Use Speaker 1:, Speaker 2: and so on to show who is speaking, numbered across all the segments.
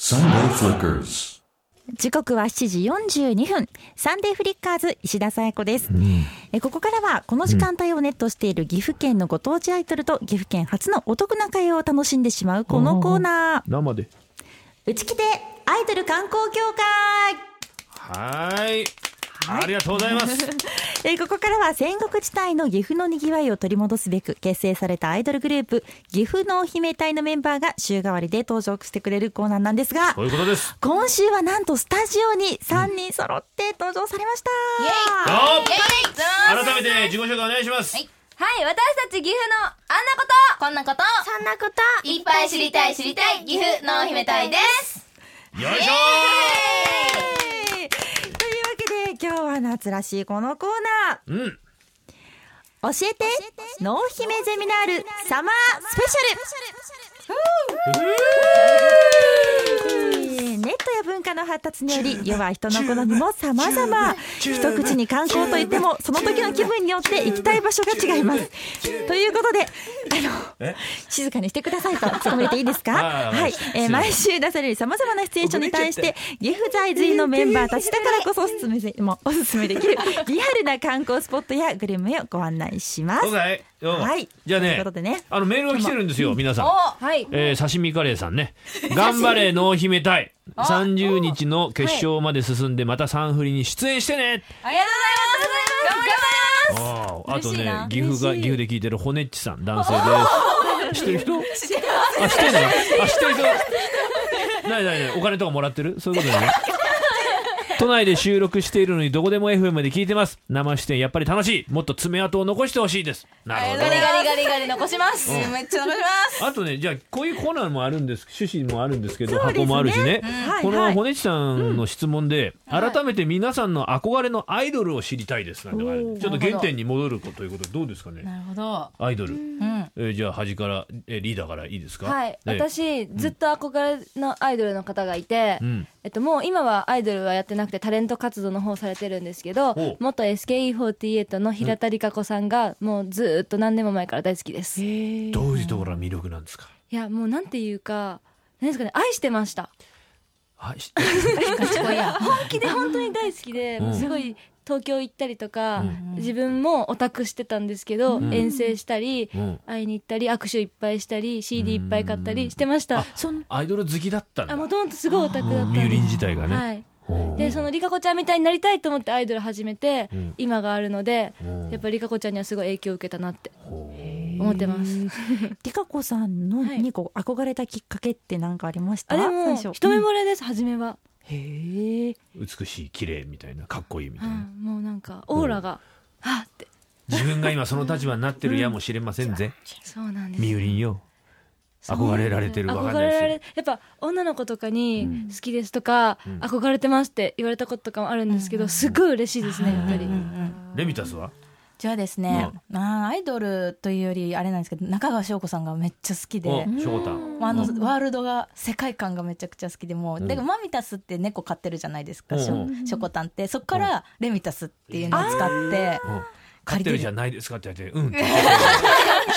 Speaker 1: Sunday Flickers.
Speaker 2: 時刻は7時42分サンデーフリッカーズ石田紗友子です、えここからはこの時間帯をネットしている岐阜県のご当地アイドルと岐阜県初のお得な会話を楽しんでしまうこのコーナー
Speaker 3: 生で。
Speaker 2: うちきてアイドル観光協会
Speaker 3: はーい。ありがとうござ います。
Speaker 2: えーここからは戦国時代の岐阜のにぎわいを取り戻すべく結成されたアイドルグループ岐阜の姫隊のメンバーが週替わりで登場してくれるコーナーなんですが
Speaker 3: そういうことです。
Speaker 2: 今週はなんとスタジオに3人揃って登場されました、
Speaker 3: どう改めて自己紹介お願いします。
Speaker 4: はい、私たち岐阜のあんなことこんなことそんなこといっぱい知りたい知りたい岐阜のお姫隊です
Speaker 3: よい
Speaker 2: イ
Speaker 3: しょ
Speaker 2: エーイというわけで今日は夏らしいこのコー
Speaker 3: ーうん。
Speaker 2: ナー教えて濃姫ゼミナールサマースペシャルえーネットや文化の発達により世は人の好みも様々一口に観光といってもその時の気分によって行きたい場所が違いますということであの静かにしてくださいと突っ込めていいですか
Speaker 3: あー
Speaker 2: はい、えー毎週出される様々なシチュエーションに対して岐阜在住のメンバーたちだからこそおすすめもうおすすめできる リアルな観光スポットやグルメをご案内します
Speaker 3: 今回、うん
Speaker 2: はい
Speaker 3: じゃあ
Speaker 2: とい
Speaker 3: ね
Speaker 2: うことでね
Speaker 3: あのメールが来てるんですよ、皆さん。
Speaker 4: はい
Speaker 3: えー刺身カレーさん ね「頑張れ濃姫隊」30日の決勝まで進んでまたサンフリに出演してね
Speaker 4: ありがとうございます
Speaker 3: あーあと
Speaker 4: 嬉しい
Speaker 3: ね
Speaker 4: な
Speaker 3: 岐阜が岐阜で聞いてるホネッチさん男性 です知ってる人あ知ってるのあ知ってる人ないないないお金とかもらってるそういうことだよね都内で収録しているのにどこでも FM で聞いてます生出演やっぱり楽しいもっと爪痕を残してほしいですなるほど
Speaker 4: ガリガリガリガリ残しますめっちゃ残します
Speaker 3: あとね、じゃあ、こういうコーナーもあるんです、趣旨もあるんですけど、
Speaker 2: そうですね
Speaker 3: 箱もあるしね
Speaker 2: うんは。い
Speaker 3: こ
Speaker 2: は
Speaker 3: の
Speaker 2: い
Speaker 3: 骨地さんの質問で、改めて皆さんの憧れのアイドルを知りたいです。なんてあるちょっと原点に戻るということで、どうですかね。
Speaker 4: なるほど
Speaker 3: アイドル。
Speaker 4: うん
Speaker 3: えーじゃあ、端から、えーリーダーからいいですか。
Speaker 4: はい、
Speaker 3: ね
Speaker 4: 私ずっと憧れのアイドルの方がいて、
Speaker 3: うん
Speaker 4: えっと、もう今はアイドルはやってなくてタレント活動の方されてるんですけど
Speaker 3: ほう
Speaker 4: 元 SKE48 の平田理香子さんがもうずーっと何年も前から大好きですい
Speaker 3: どういうところが魅力なんですか。
Speaker 4: やもうなんていうか何ですかね愛して ました
Speaker 3: はい。し
Speaker 4: 好きで本当に大好きで、
Speaker 3: うん
Speaker 4: すごい東京行ったりと
Speaker 3: う
Speaker 4: か、
Speaker 3: ん
Speaker 4: 自分もオタクしてたんですけど、
Speaker 3: ん
Speaker 4: 遠征したり、
Speaker 3: うん
Speaker 4: 会いに行ったり握手いっぱいしたり CD いっぱい買ったりしてました、
Speaker 2: その
Speaker 3: アイドル好きだったんだ。
Speaker 4: あ
Speaker 3: う
Speaker 4: も
Speaker 3: ん
Speaker 4: ともとすごいオタクだったん
Speaker 3: ミュリン自
Speaker 4: で、
Speaker 3: 体が
Speaker 4: は
Speaker 3: ね。
Speaker 4: い、
Speaker 3: うん
Speaker 4: でそのリカ子ちゃんみたいになりたいと思ってアイドル始めて、
Speaker 3: うん
Speaker 4: 今があるので、
Speaker 3: うん
Speaker 4: やっぱりリカ子ちゃんにはすごい影響を受けたなって思ってます
Speaker 2: リカ子さんの
Speaker 4: はい
Speaker 2: にこう憧れたきっかけって何かありました
Speaker 4: あで
Speaker 2: 最
Speaker 4: も
Speaker 2: 初
Speaker 4: 一目惚れです初めは、
Speaker 2: へえ
Speaker 3: 美しい、綺麗みたいな、かっこいいみたい
Speaker 4: は
Speaker 3: な。
Speaker 4: いもうなんかオーラが、あって
Speaker 3: 自分が今その立場になってるやもしれませんぜ。
Speaker 4: そうなんです
Speaker 3: ミュリンよ。
Speaker 4: そう
Speaker 3: 憧れられてるわかん
Speaker 4: 憧
Speaker 3: ない
Speaker 4: れら
Speaker 3: ですよ
Speaker 4: れやっぱ女の子とかに好きですとか、憧れてますって言われたこととかもあるんですけど、すごい嬉しいですねやっぱり、
Speaker 3: レミタスは
Speaker 5: じゃあですね、あーアイドルというよりあれなんですけど中川翔子さんがめっちゃ好きで、
Speaker 3: お翔太
Speaker 5: まあ、あのワールドが世界観がめちゃくちゃ好きでもう、でマミタスって猫飼ってるじゃないですか、
Speaker 3: うん
Speaker 5: ショショコタンってそこからレミタスっていうのを使って、
Speaker 3: うん飼って
Speaker 5: 借りて
Speaker 3: る
Speaker 5: る
Speaker 3: じゃないですかって言われてうんって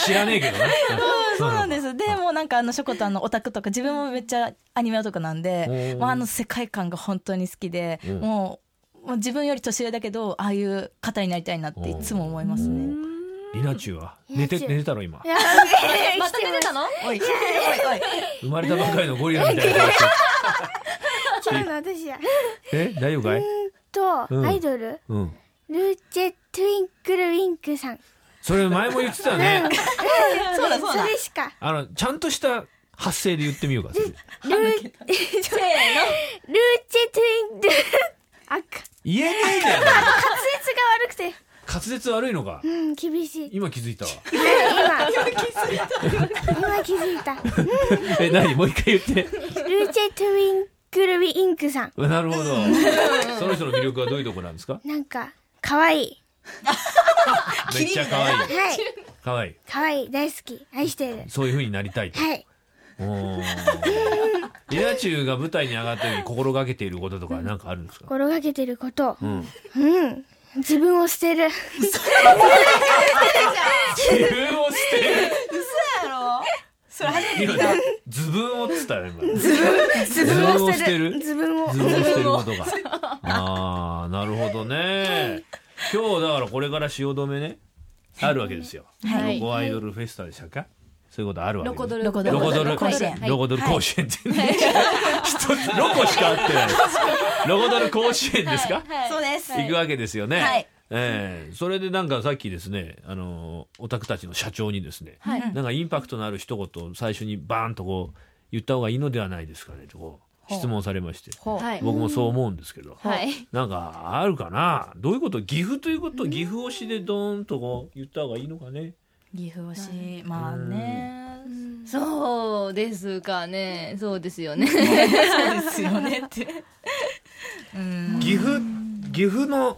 Speaker 3: 知らねえけどな
Speaker 5: そうなんですすでもうなんかあのショコタンのオタクとか自分もめっちゃアニメとかなんで、
Speaker 3: うん
Speaker 5: まあ、あの世界観が本当に好きで、
Speaker 3: うん
Speaker 5: もうもう自分より年上だけどああいう方になりたいなっていつも思いますね。
Speaker 3: リナチュウは寝て寝てたろ今
Speaker 4: また出てたの
Speaker 5: おいおいおい
Speaker 3: 生まれたばかりのゴリラみたいな顔して
Speaker 6: 今日の私や。
Speaker 3: え大丈夫かい
Speaker 6: と、
Speaker 3: うん
Speaker 6: アイドル、
Speaker 3: うん
Speaker 6: ルーチェ・トゥインクル・ウィンクさん。
Speaker 3: それ前も言ってたね
Speaker 5: そうだそうだ
Speaker 6: それしか。
Speaker 3: あのちゃんとした発声で言ってみようかそれ
Speaker 6: ルー、せーの。ルーチェ・トゥインクル、あ、滑
Speaker 3: 言えねえんだよ
Speaker 6: 舌が悪くて。
Speaker 3: 滑舌悪いのか
Speaker 6: うん、厳し い。
Speaker 3: 今気づいたわ
Speaker 6: 今、今気づいた。ル
Speaker 3: え何もう一回言って
Speaker 6: ーチェ・トゥインクル・ウィンクさん。
Speaker 3: なるほどその人の魅力はどういうとこなんですか
Speaker 6: なんか、かわいい。
Speaker 3: めっちゃ可愛い
Speaker 6: はい。
Speaker 3: 可愛い
Speaker 6: かわいい。大好き。愛してる。
Speaker 3: そういう風になりたいと
Speaker 6: はい。
Speaker 3: リナチュウが舞台に上がった時に心がけていることとかなんかあるんですか、
Speaker 6: 心がけてること。
Speaker 3: うん、
Speaker 6: うん。自分を捨てる。
Speaker 3: 自分を捨てる
Speaker 5: 嘘それ初めて
Speaker 3: 今ズブンをっつったよ今
Speaker 6: 自
Speaker 3: 分を捨てる
Speaker 6: 自分を
Speaker 3: ズブンをしてることがああなるほどね今日だからこれから汐留ねあるわけですよ、
Speaker 5: はい
Speaker 3: ロコアイドルフェスタでしたっけそういうことあるわけ
Speaker 4: ロ
Speaker 3: です
Speaker 4: コドル
Speaker 5: ロコド
Speaker 3: ロ
Speaker 5: ル
Speaker 3: コドル
Speaker 5: 甲子園
Speaker 3: ロコドル甲子園って、ね、一つロコしか合ってないロコドル甲子園ですか、
Speaker 5: そうです
Speaker 3: 行くわけですよね、
Speaker 5: はい
Speaker 3: ええそれでなんかさっきですねあのオタクたちの社長にですね、
Speaker 4: はい
Speaker 3: なんかインパクトのある一言を最初にバーンとこう言った方がいいのではないですかねとこう質問されまして
Speaker 5: ほう
Speaker 4: はい
Speaker 3: 僕もそう思うんですけど、
Speaker 4: はい
Speaker 3: なんかあるかなどういうこと岐阜ということ岐阜推しでドーンとこう言った方がいいのかね
Speaker 5: 岐阜推しまあね
Speaker 4: そうですかねそうですよね
Speaker 5: そうですよねってうん
Speaker 3: 岐阜岐阜の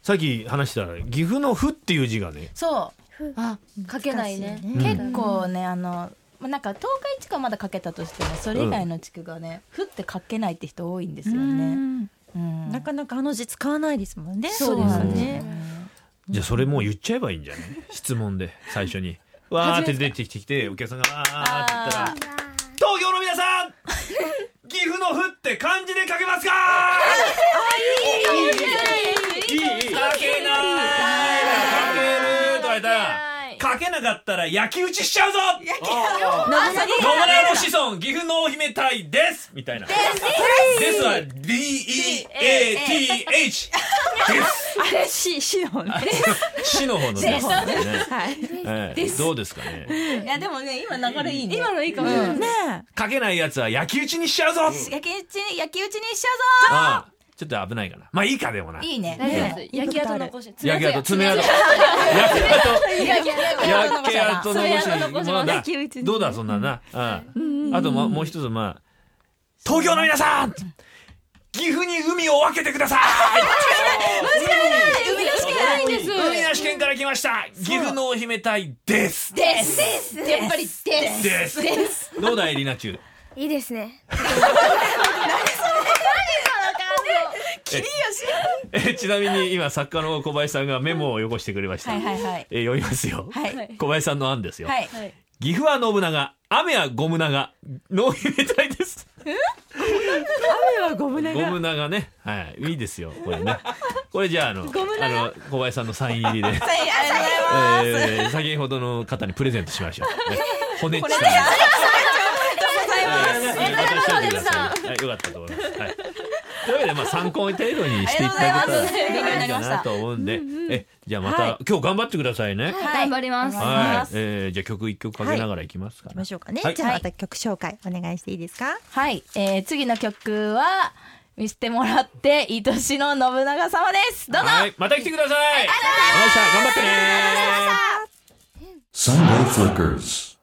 Speaker 3: さっき話した岐阜の「ふ」っていう字がね
Speaker 5: そ
Speaker 4: あ書けないね
Speaker 5: う結構ねあのまあなんか東海地区はまだ書けたとしてもそれ以外の地区がねふって書けないって人多いんですよねうん
Speaker 2: なかなかあの字使わないですもんね。
Speaker 5: そうです
Speaker 3: そう
Speaker 5: ね
Speaker 3: じゃあそれもう言っちゃえばいいんじゃない 質問で最 初に。わーって出てきてお客さんが「わー」って言ったら「東京の皆さ ん岐阜の「ふ」って漢字で書けますか?」いいいい書けない書けるとか言ったら書けなかったら焼き打ちしちゃうぞおう信長の子孫岐阜のお姫隊ですみたいなですは DEATH です
Speaker 2: あれ、し、しのね。
Speaker 3: 死の方のですね
Speaker 2: はい。
Speaker 3: ええどうですかね
Speaker 5: いやでもね今流れいいね
Speaker 4: 今のいいかもしれない
Speaker 2: ね
Speaker 3: 書けないやつは焼き打ちにしちゃうぞ
Speaker 5: 焼き打ちに焼き打ちにしちゃうぞ
Speaker 3: ああちょっと危ないかなまあいいかでもない
Speaker 5: いね
Speaker 4: 大丈夫です
Speaker 2: ね
Speaker 4: 焼き跡残し
Speaker 3: 焼き跡爪痕
Speaker 4: 焼
Speaker 3: 焼き跡
Speaker 5: き跡
Speaker 3: や
Speaker 5: 残
Speaker 3: け
Speaker 5: し
Speaker 3: やと残し
Speaker 4: それやと残し
Speaker 3: まあ
Speaker 2: 焼き打ち
Speaker 3: な
Speaker 2: に
Speaker 3: どうだそんなんなうんあとまあもう一つまあ東京の皆さん岐阜に海を分けてください
Speaker 4: 海のしかないんです
Speaker 3: 海なし県から来ました岐阜のお姫隊です
Speaker 4: ですやっぱりです
Speaker 3: ですどうだエリナチュウ
Speaker 6: いいですね
Speaker 3: えちなみに今作家の小林さんがメモをよこしてくれました
Speaker 5: はいはいはい
Speaker 3: え読みますよ
Speaker 5: はい
Speaker 3: 小林さんの案ですよ
Speaker 5: はい
Speaker 3: 岐阜は信長雨はゴム長のお姫隊です
Speaker 2: え。はご無駄
Speaker 3: ゴ
Speaker 2: が。
Speaker 3: ム長ね、はい、いいですよ、これね。これじゃあ、あの、あの、小林さんのサイン入り で。えー、先ほどの方にプレゼントしましょう。ね、骨ちさん。えー渡しておいてくださいはい、よかったと思います。はい。というわけで、まあ、参考程度にしていただけたら
Speaker 5: ありがとうございます勉強に
Speaker 3: い
Speaker 5: ないり
Speaker 3: か
Speaker 5: ました
Speaker 3: なと思うんで。え、じゃあ、また、
Speaker 2: はい
Speaker 3: 今日頑張ってくださいね。
Speaker 4: 頑張ります
Speaker 5: はい
Speaker 3: はい、えー、じゃあ、曲一曲かけながらいきます
Speaker 2: 行
Speaker 3: かね
Speaker 2: きましょうかね
Speaker 3: はい。
Speaker 2: じゃあまた曲紹介お願いしていいですか
Speaker 5: はい、えー、次の曲は見せてもらって愛しの信長様ですどうぞ
Speaker 3: はい、また来てください。ありがとうございました。頑張って
Speaker 1: Sunday
Speaker 3: ね。
Speaker 1: Flickers.